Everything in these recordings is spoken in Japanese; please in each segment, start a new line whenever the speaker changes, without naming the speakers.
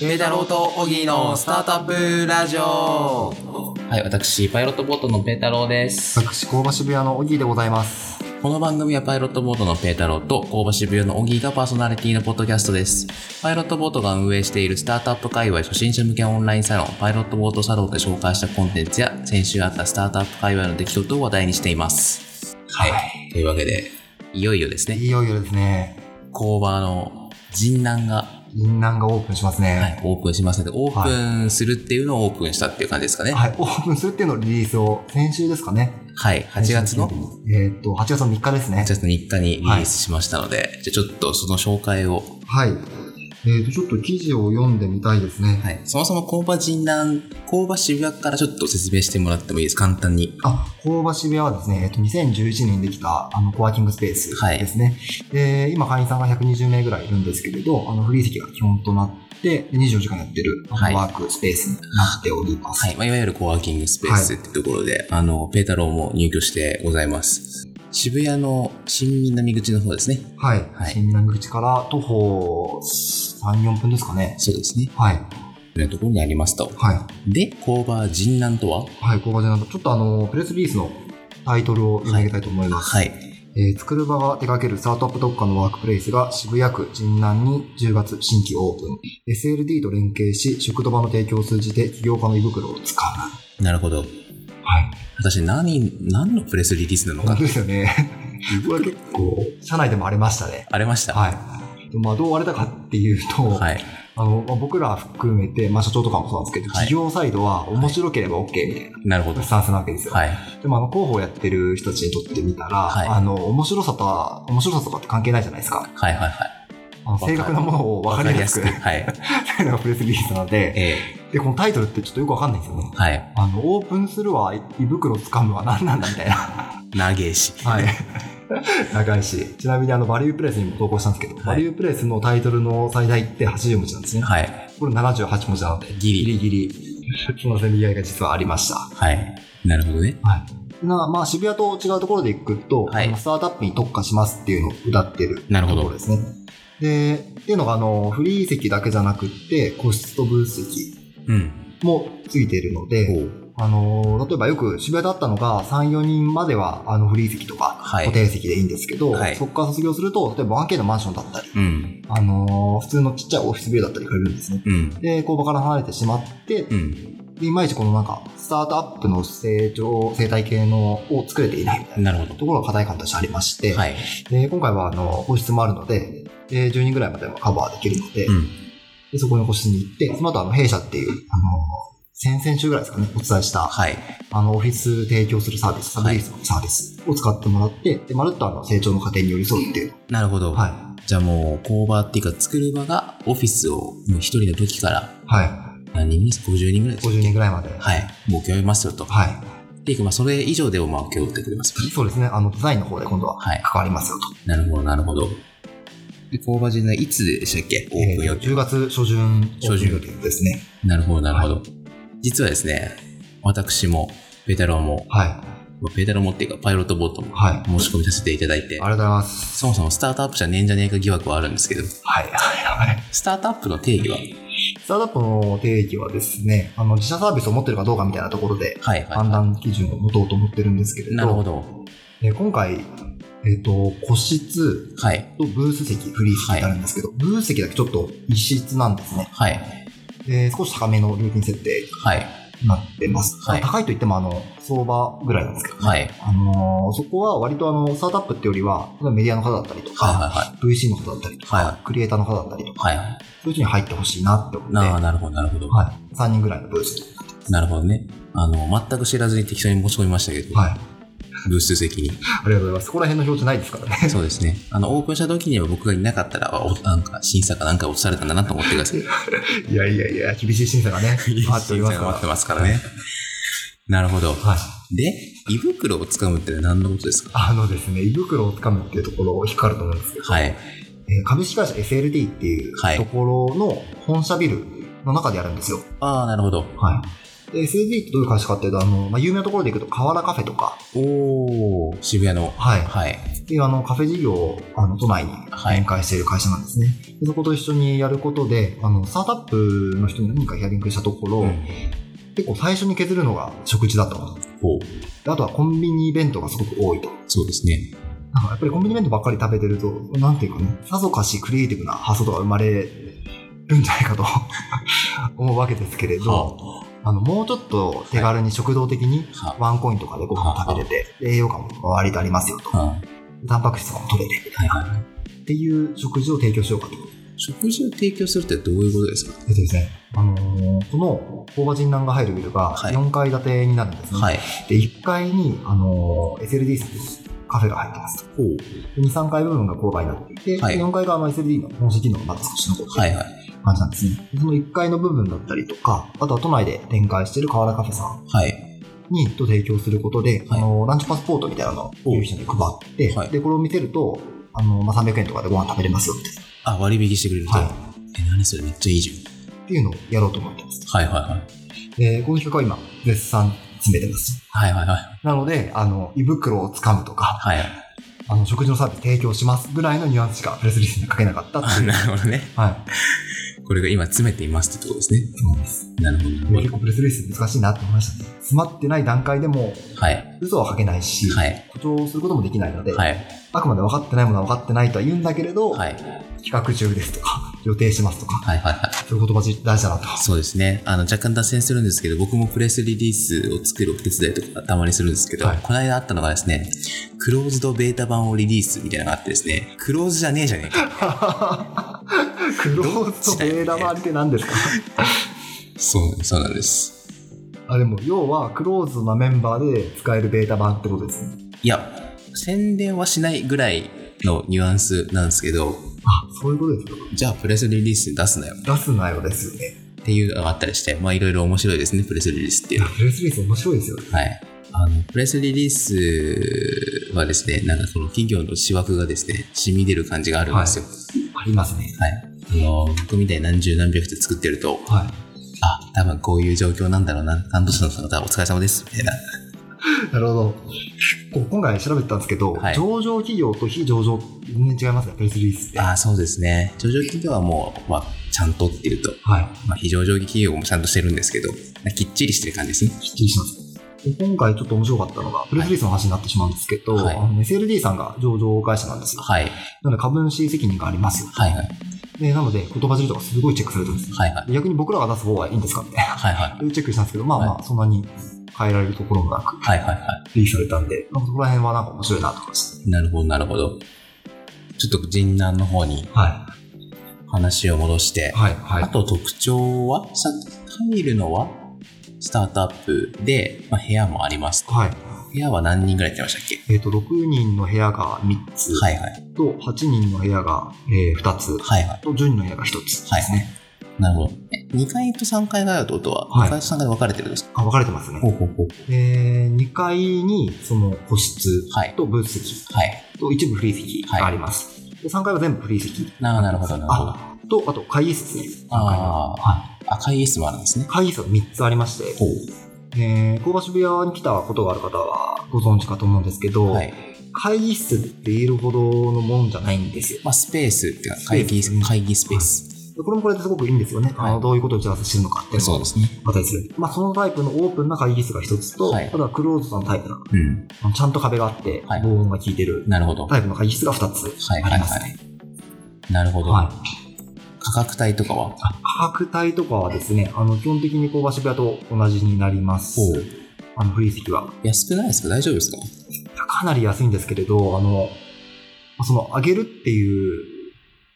上太郎とオギーのスタートアップラジオ
はい、私、パイロットボートのペータローです。
私、工場渋谷のオギーでございます。
この番組はパイロットボートのペータローと工場渋谷のオギーがパーソナリティのポッドキャストです。パイロットボートが運営しているスタートアップ界隈初心者向けオンラインサロン、パイロットボートサロンで紹介したコンテンツや、先週あったスタートアップ界隈の出来事を話題にしています。はい。というわけで、いよいよですね、
いよいよですね、
工場の人難が、
インナンがオープンします
はい、
ね。
オープンしますので、オープンするっていうのをオープンしたっていう感じですかね。
はい、オープンするっていうのをリリースを、先週ですかね。
はい、8月の
えーっと、8月の3日ですね
8。月の3日にリリースしましたので、じゃあちょっとその紹介を、
はい。えーっと、ちょっと記事を読んでみたいですね。
はい、そもそも工場人南工場渋谷からちょっと説明してもらってもいいです簡単に
あ、工場渋谷はですね、えっと、2011年にできた、あの、コワーキングスペース
はい
ですね。で、今、会員さんが120名ぐらいいるんですけれど、あの、フリー席が基本となって、24時間やってる、あ
はい
のワークスペースになっております。
はい、まあ、いわゆるコワーキングスペースってところで、あのペータローも入居してございます渋谷の新南口の方ですね
はい。
はい
新南口から徒歩3、4分ですかね。
そうですね
はい。
というところにありますと
はい。
で工場人南とは
はい、工場じゃなくちょっとあの、プレスリリースのタイトルを読み上げたいと思います。
はい
えー作る場が手掛けるスタートアップ特化のワークプレイスが渋谷区神南に10月新規オープン。SLD と連携し、食と場の提供を通じて起業家の胃袋を使う。
なるほど
はい。
私何何のプレスリリースなの
本
か
当ですよね。これ結構、社内でも荒れましたね。
荒れました
はい。でまあ、どう荒れたかっていうと、
はい
あの、まあ、僕ら含めて、まあ、社長とかもそうなんですけど、
はい
企業サイドは面白ければ OK みたい
なるほど
なスタンスなわけですよ。
はい
でもあの広報やってる人たちにとってみたら、
はい
あの面白さとは面白さとかって関係ないじゃないですか
はいはいはい
あの
かる
正確なものを分かりやすく
わかはい。
っていうのがプレスリリースなので
え
でこのタイトルってちょっとよく分かんないんですよね
えはい。
あのオープンするは胃袋つかむは何なんだみた いな
長いし。
はい長いしちなみにあのバリュープレスにも投稿したんですけど、
い
バリュープレスのタイトルの最大って80文字なんですね、
はい。
これ78文字なので
ギ
ギ
リ。
リギリその攻め合いが実はありました
はい。なるほどね。
はい。な、まあ渋谷と違うところで行くと、
はい
あのスタートアップに特化しますっていうのを歌ってる
なるほど
ところですね。で、っていうのが、あの、フリー席だけじゃなくって、個室とブース席
うん。
もついているので、あの、例えばよく渋谷だったのが、3、4人までは、あの、フリー席とか、
はい
固定席でいいんですけど、
はい
そこから卒業すると、例えば 1K のマンションだったり、
うん。
あの、普通のちっちゃいオフィスビルだったりくれるんですね。
うん。
で、工場から離れてしまって、
うん。
でいまいちこのなんか、スタートアップの成長、生態系のを作れていないみたいな
なるほ
ところが課題感としてありまして、
ど。はい。
で今回はあの個室もあるので、で10人ぐらいまではカバーできるので,、
うん。
でそこの個室に行って、その後あの弊社っていう、あの先々週ぐらいですかね、お伝えした、
はい。
あの、オフィス提供するサービス、サブリースのサービスを使ってもらって、で、まるっとあの、成長の過程に寄り添うっていう。
なるほど。
は
じゃあもう、工場っていうか、作る場が、オフィスを、もう一人の時から、
い。は
何人 ?50 人ぐらいで
い。
す
50人ぐらいまで。はい。
はい。もう、今日ますよと。っていうか、まあ、それ以上でも、まあ、今日ってくれますよね。
そうですね、あの、デザインの方で今度は
はい。
関わりますよと。
なるほど、なるほど。で、工場人はいつでしたっけオープン
え
予
ー
定
と10月初旬、
初旬
オープン予定ですね。
なるほど、なるほど。実はですね、私も、ペータローも、
はい。
まあペータローもっていうか、パイロットボートも
はい。あり
申し込みさせていただいて
が、とうございます。
そもそもスタートアップじゃねえんじゃねえか疑惑はあるんですけど、
はい、はい、はい。
スタートアップの定義は
スタートアップの定義はですね、あの自社サービスを持ってるかどうかみたいなところで
はいはい。
判断基準を持とうと思ってるんですけれど、
なるほど。
えー今回、えっ、と、個室
はい。
とブース席、フリー席ってあるんですけど、ブース席だけちょっと一室なんですね。
はい。
で少し高めの料金設定
はい。
になってます。
はい
高いといっても、あの、相場ぐらいなんですけど、
はい。
あのーそこは割とあの、スタートアップってよりは、例えばメディアの方だったりとか、
はいは
VC の方だったりとか、
は
クリエイターの方だったりとか、
いはい。は
そういう人に入ってほしいなって思っ
い。
て、
な
は
あ、なるほど、なるほど。
い、3人ぐらいのブースに
なるほどね。あの、全く知らずに適当に申し込みましたけど、
はい。
ブース席 に。
ありがとうございます。そこら辺の表示ないですからね。
そうですね。あの、オープンした時には僕がいなかったら、おなんか審査かなんか落とされたんだなと思ってください。
いやいやいや、厳しい審査がね、待っておりますか
待って
ら。
ますからね。なるほど。
はい。
で、胃袋をつかむってのは何のことですか
あのですね、胃袋をつかむっていうところを引っかかると思うんですけど、
はい。
えー株式会社 SLD っていう
はい
ところの本社ビルの中でやるんですよ。
ああ、なるほど。
はい。で、SLD ってどういう会社かっていうと、あの、まあ、有名なところでいくと、河原カフェとか、
おお渋谷の。
はい。
はい。
っていうあのカフェ事業をあの都内に
はい
展開している会社なんですね、でそこと一緒にやることであのスタートアップの人に何かヒアリングしたところ、
うん
結構最初に削るのが食事だったと
ほう
であとはコンビニイベントがすごく多いと
そうですね。
なんかやっぱりコンビニ弁当ばっかり食べてると、なんていうかね、さぞかしクリエイティブな発想とか生まれるんじゃないかと 思うわけですけれど、
は
あの、もうちょっと手軽に食堂的に
あ、は
ワンコインとかでご飯食べれて、栄養価も割とありますよと
あ、。は
タンパク質も取れて、
いはいはい。
っていう食事を提供しようかと。
食事を提供するってどういうことですか
えっとですね、あのーこの工場人南が入るビルが
はい
4階建てになるんですね。
はい。
で、1階に、あのー SLD さんのカフェが入ってます。
ほう。
2、3階部分が郊外になっていて、
はい
4階があの SLD の本社機能がまだ少し残って
はい
る
はい。
感じなんですね。その1階の部分だったりとか、あとは都内で展開している河原カフェさん
はい。
にと提供することで、
はい
あのランチパスポートみたいなのを
お
有者に配って、
はい
で、これを見せると、あのまあ、300円とかでご飯食べれますよって、
あ、割引してくれると。
は
え、何それめっちゃいいじ
い、っていうのをやろうと思ってます。
ゃん。はいはいはい。
で、この企画は今、絶賛詰めてます。
はいはいはい。
なので、あの、胃袋をつかむとか、
はい。
あの、食事のサービス提供しますぐらいのニュアンスしかプレスリリースには書けなかったって
あ
いう。
なるほどね。
はい。
これが今詰めていますってとこですね。
そうなんです。
なるほどなるほ
結
ど。
構プレスリリース難しいなって思いましたね。詰まってない段階でも
はい。
嘘は書けないし、
はい。
誇張することもできないので、
はい。
あくまで分かってないものは分かってないとは言うんだけれど、
はい。
企画中ですとか、予定しますとか、
はいはいはい。
そういう言葉大事だなと。
そうですね。あの、若干脱線するんですけど、僕もプレスリリースを作るお手伝いとかたまにするんですけど、
はい
この間あったのがですね、クローズドベータ版をリリースみたいなのがあってですね、クローズじゃねえじゃねえか。
クローズとベーダ回りって何ですか
そう、そうなんです。
あ、でも要はクローズなメンバーで使えるベータ版ってことですね。
いや、宣伝はしないぐらいのニュアンスなんですけど、
あ、そういうことですか。
じゃあプレスリリースに出すなよ
出すなよですよね。
っていうのがあったりして、まあいろいろ面白いですね、プレスリリースって
い
いうの
や
は。、
プレスリリース面白いですよね。
はい。あの、プレスリリースはですね、なんかその企業の仕枠がですね、染み出る感じがあるんですよ。
ありますね。
はい。あの、僕みたいに何十何百って作ってると、
はい。
あ、多分こういう状況なんだろうな。担当者の方、お疲れ様です。みたいな。
なるほど。こう今回調べてたんですけど、
はい
上場企業と非上場、全然違いますね、プレスリリースって。
あそうですね。上場企業はもう、まあ、ちゃんとっていうと、
はい。
まあ、非上場企業もちゃんとしてるんですけど、きっちりしてる感じですね。
きっちりします。で今回ちょっと面白かったのが、プレスリリースの話になってしまうんですけど、
はい
あの SLD さんが上場会社なんですよ。
はい。
なので株主責任がありますよ。
はいはい。
で、なので、言葉尻とかすごいチェックされてるんですよ。
はいはい。
で逆に僕らが出す方がいいんですかみたいな。
はいはい。
そういうチェックしたんですけど、まあまあ、そんなに変えられるところもなく、
はいはいは
リリースされたんで、なんかそこら辺はなんか面白いなと思いまし
い。なるほど、なるほど。ちょっと人南の方に
た。は
話を戻して
い。、はい。は
あと特徴はさ入るのはスタートアップで、まあ、部屋もありますと。
い。はい。
部屋は何人ぐらいって言ってましたっ
えっ、と、6人の部屋が3つ。
けはいはい。
と8人の部屋が、えー2つ
はいはい。
と10人の部屋が1つ
はい
ですね、
なるほど。え2階と3階があるってことは、
はい
2階と3階分かれてるんですか
あ分かれてますね、
うほうほう。
えー2階にその個室
はい。
とブース席
はい。
と一部フリー席があります、で3階は全部フリー席
なあなるほど、なるほど。
あとあと会議室ですね3階は
あー
は
赤い椅子もあるんですね
い。会議室が3つありまして、
ほ
えー、工場渋谷に来たことがある方はご存知かと思うんですけど、
う。はい。
会議室って言えるほどのもんじゃないんですよ。
まあ、スペースっていうか、会議
スペースね、
会議スペース。
でこれもこれですごくいいんですよね。あ
は
の
い
どういうことを打ち合わせしてるのかっていうの
そう
を
ですね。
あったりする。まあ、そのタイプのオープンな会議室が一つと、
はい
ただクローズドなタイプな、
うん。
あのちゃんと壁があって、
はい
防音が効いてる
なるほど。は
タイプの会議室が二つ
い、
あ
はい、
ります
は
ね。
い。なるほど。
はい。
価格帯とかは
あ価格帯とかはですね、あの、基本的に香ばし部屋と同じになります。
ほう。
あの、フリー席は。
安くないですか大丈夫ですか
かなり安いんですけれど、あの、その、上げるっていう、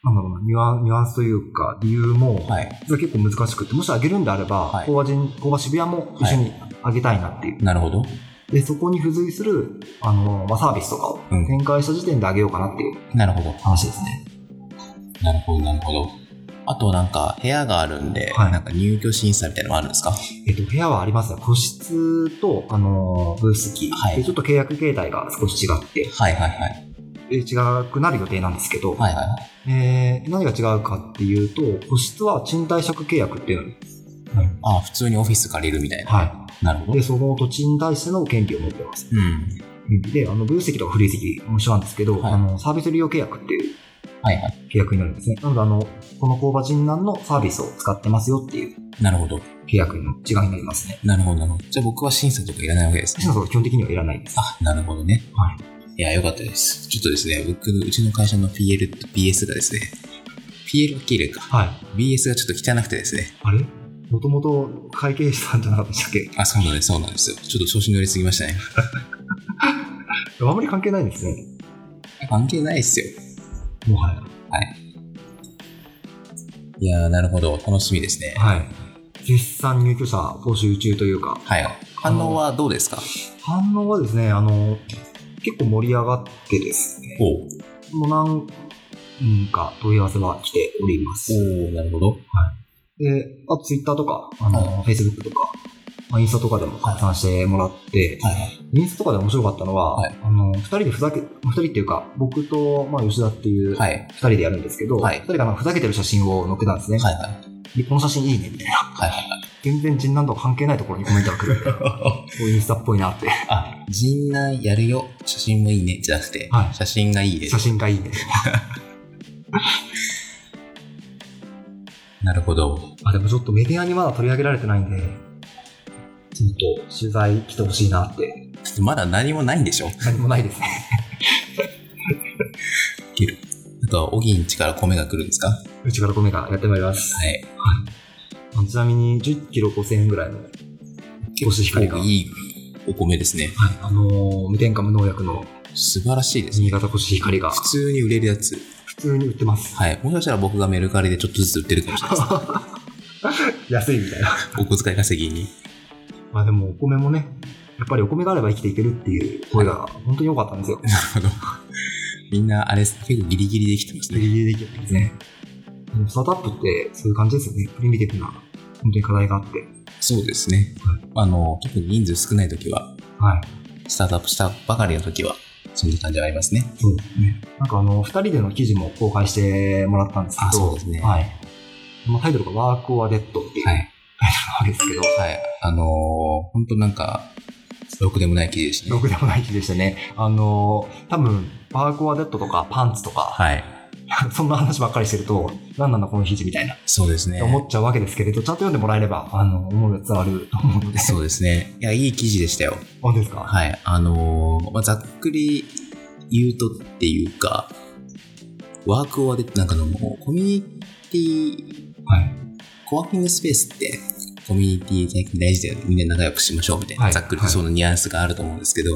なんだろうな、ニュアンニュアンスというか、理由も、
はい。
実は結構難しくって、もし上げるんであれば、
はい
香ば人、香ば渋谷も一緒に上げたいなっていう。
なるほど。
で、そこに付随する、あの、まあ、サービスとかを
うん
展開した時点で上げようかなっていう
なるほど。
話ですね。
なるほど、なるほど。あとなんか部屋があるんで、
はい
なんか入居審査みたいなのもあるんですか
えっと、部屋はありますね。個室と、あの、ブース機、
はい
で、ちょっと契約形態が少し違って、
はいはいはい。
え違くなる予定なんですけど、
はいはいはい。
えー何が違うかっていうと、個室は賃貸借契約っていうのに
あ、普通にオフィス借りるみたいな。
は
なるほ
い。
ど
で、。その土地に対しての権利を持ってます。
うん。うん
で、あの、ブース席とかフリー席も一緒なんですけど、
はい
あの、サービス利用契約っていう
はいはい。
契約になるんですね。なので、あの、この工場人南のサービスを使ってますよっていう
なるほど。
契約の違いになりますね。
なるほどなるほど。じゃあ僕は審査とかいらないわけですね
私。のは基本的にはいらないです。
あ、なるほどね。。
はい
や、よかったです。ちょっとですね、僕の、うちの会社の PL と BS がですね、PL は綺麗か。
はい。
BS がちょっと汚くてですね。
あれもともと会計士さんじゃなかったでしたっけ
あ、そうなんです、そうなんですよ。ちょっと調子乗りすぎましたね。
あんまり関係ないんですね。
関係ないですよ。
もはや。
いやー、なるほど。楽しみですね。
はい。絶賛入居者募集中というか、
はい。反応はどうですか
反応はですね、あの、結構盛り上がってですね、
おお
もう何人か問い合わせは来ております。
ーなるほど。
で、あとツイッターとか、あの、フェイスブックとか、まあ、インスタとかでも拡散してもらって、
はい。
インスタとかで面白かったのは、
はい
あの、二人でふざけ、二人っていうか、僕と、まあ、吉田っていう、
は
二
い。
人でやるんですけど、
はい
二人がなんかふざけてる写真を載っけたんですね。
はいはい。
でこの写真いいね、みたいな。
はいはい。
全然人難度関係ないところにコメントが来るみたいな。 こうインスタっぽいなって。
あ、人内やるよ。写真もいいね。じゃなくて、
はい
写真がいいで
写
す。
真がいいね。
なるほど。
あ、でもちょっとメディアにまだ取り上げられてないんで、ちょっと取材来てほしいなって。
まだ何もないんでしょ
何もないですね。
あとは、オギンチから米が来るんですかは
うちから米がやってまいります。
い。
あちなみに10キロ5000円ぐらいの、はい、コシヒカリが
いいお米ですね。
あのー無添加無農薬の
素晴らしいですね。
新潟コシヒカリが
普通に売れるやつ。
普通に売ってます。
はい。もしかしたら僕がメルカリでちょっとずつ売ってるかもしれないで
安いみたいな。
す。お小遣い稼ぎに。
まあでもお米もね、やっぱりお米があれば生きていけるっていう声が本当に良かったんですよ。
なるほど。みんな、あれ、結構ギリギリできてます
ギ
ね。
リギリできるんですね。でもスタートアップってそういう感じですよね。プリミティブな、本当に課題があって。
そうですね。あの、特に人数少ないときは、
はい。
スタートアップしたばかりのときは、そんな感じはありますね。
そうですね。なんかあの、二人での記事も公開してもらったんですけど、
あそうですね
はい。まあ、タイトルがワークオアデッドっていう、
は
タイ
い。
トルなんですけど、
はい。あのー、本当なんか、ろくでもない記事でし
す
た
ご
ね。
くでもない記事でしたね。あの、多分、ワークオアデッドとかパンツとか、
はい。
そんな話ばっかりしてると、何なんだこの記事みたいな、
そうですね。
思っちゃうわけですけれど、ちゃんと読んでもらえれば、あの、思うやつあると思うので。
そうですね。いや、いい記事でしたよ。
あ、ですかい。
はい。あのーまあ、ざっくり言うとっていうか、ワークオアで、なんかの、コミュニティ、
はい。
コワーキングスペースって、コミュニティ最近大事だよね。みんな仲良くしましょうみたいな、
はい
ざっくりとそのニュアンスがあると思うんですけど、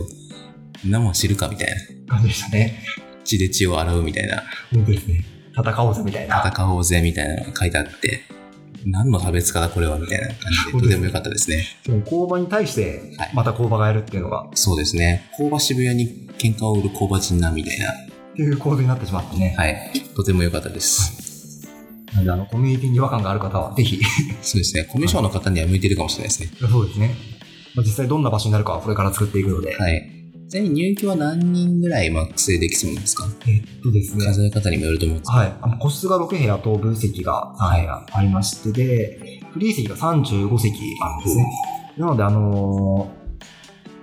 みんなも知るかみたいな。
感じでしたね。
血で血を洗うみたいな、
本当ですね。戦おうぜみたいな。
戦おうぜみたいなのが書いてあって、何の差別化だこれはみたいな感じで、とても良かったですね。
でも工場に対して
はい、
また工場がやるっていうのが、
そうですね。工場渋谷に喧嘩を売る工場人なみたいな。
っていう構図になってしまってね。
はい。とても良かったです。
なんで、あの、コミュニティに違和感がある方は、ぜひ。
そうですね。コミュ障の方には向いてるかもしれないですね。
そうですね。まあ、実際どんな場所になるかはこれから作っていくので。
はい。ちなみに入居は何人ぐらいマックスでできそうなんですか、
えっとですね。
数え方にもよると思うんです
はい。あの、個室が6部屋と分席が3部屋ありまして、で、フリー席が35席なんですね。なので、あの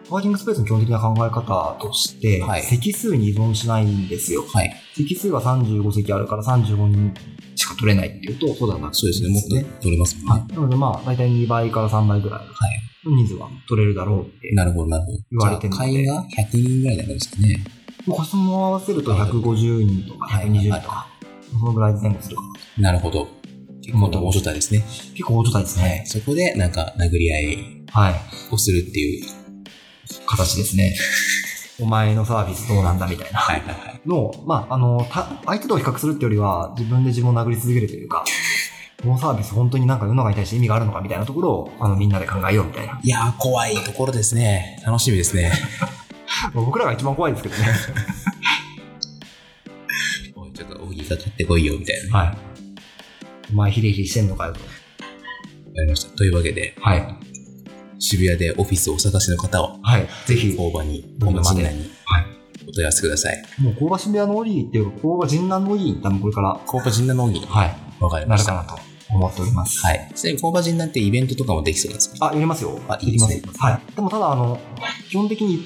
ーワーキングスペースの基本的な考え方として、
はい
席数に依存しないんですよ。
けど。はい。
席数が35席あるから35人しか取れないっていうと、そうだな
そうですね。もっと取れますもんね。
はい。なので、まあ、大体2倍から3倍ぐらい
はい。
の人数は取れるだろうって
なるほど、なるほど。
言われてる
じ
の
ゃあ
で
会員が100人ぐらいになるんですかね。
個室も合わせると150人とか
はい
120人とか、そのぐらい前後するか
な
な。
るほど。結構大所帯ですね。
結構大所帯です
は
ね。
い。そこで、なんか、殴り合い
はい。
をするっていう。
形ですね。お前のサービスどうなんだみたいな
はいはいはい。
のを、まあ、あの、た相手と比較するってよりは、自分で自分を殴り続けるとい うか、このサービス本当になんか世の中に対して意味があるのかみたいなところを、あの、みんなで考えようみたいな。
いやー、怖いところですね。楽しみですね。
まあ僕らが一番怖いですけどね。
おい、ちょっと、大喜利が買ってこいよ、みたいなね。わか
はい。お前ヒリヒリしてんのかよと。
りました。というわけで、
はい。
渋谷でオフィスをお探しの方は、
はい。ぜひ、
工場に、工
工
場
場
陣
まで
内に
はい
お問い合わせください。
もう工場渋谷のオリーっていうか、工場神南のオリーに多分これから、
工場陣内のに
はい。
わかりま
なる
し
か
た。
なと思っております。
はい。ちなみに工場陣内ってイベントとかもできそうなんですか
あ、やりますよ。
あいいですね
きますはい。でもただ、あの、基本的に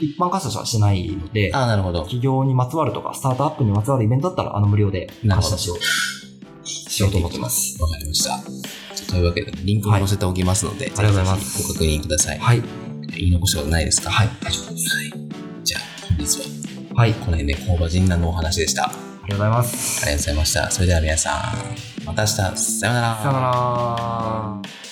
一般貸し出しはしてないので、
ああ、なるほど。
企業にまつわるとか、スタートアップにまつわるイベントだったら、あの無料で
なる
貸
ほ
し
ど
出しをしようと思ってます。
わかりました。じゃあというわけで、リンクも載せておきますので、
ありがとうございます
ぜひご確認ください。
はい。
言い残したことないですか。
はいい。大丈夫です。
じゃあ、本日は
はい。あり
この辺で工場人談のお話でした。あ
がとうございます。
りがとうございました。それでは皆さん、また明日、さようなら。
さよなら。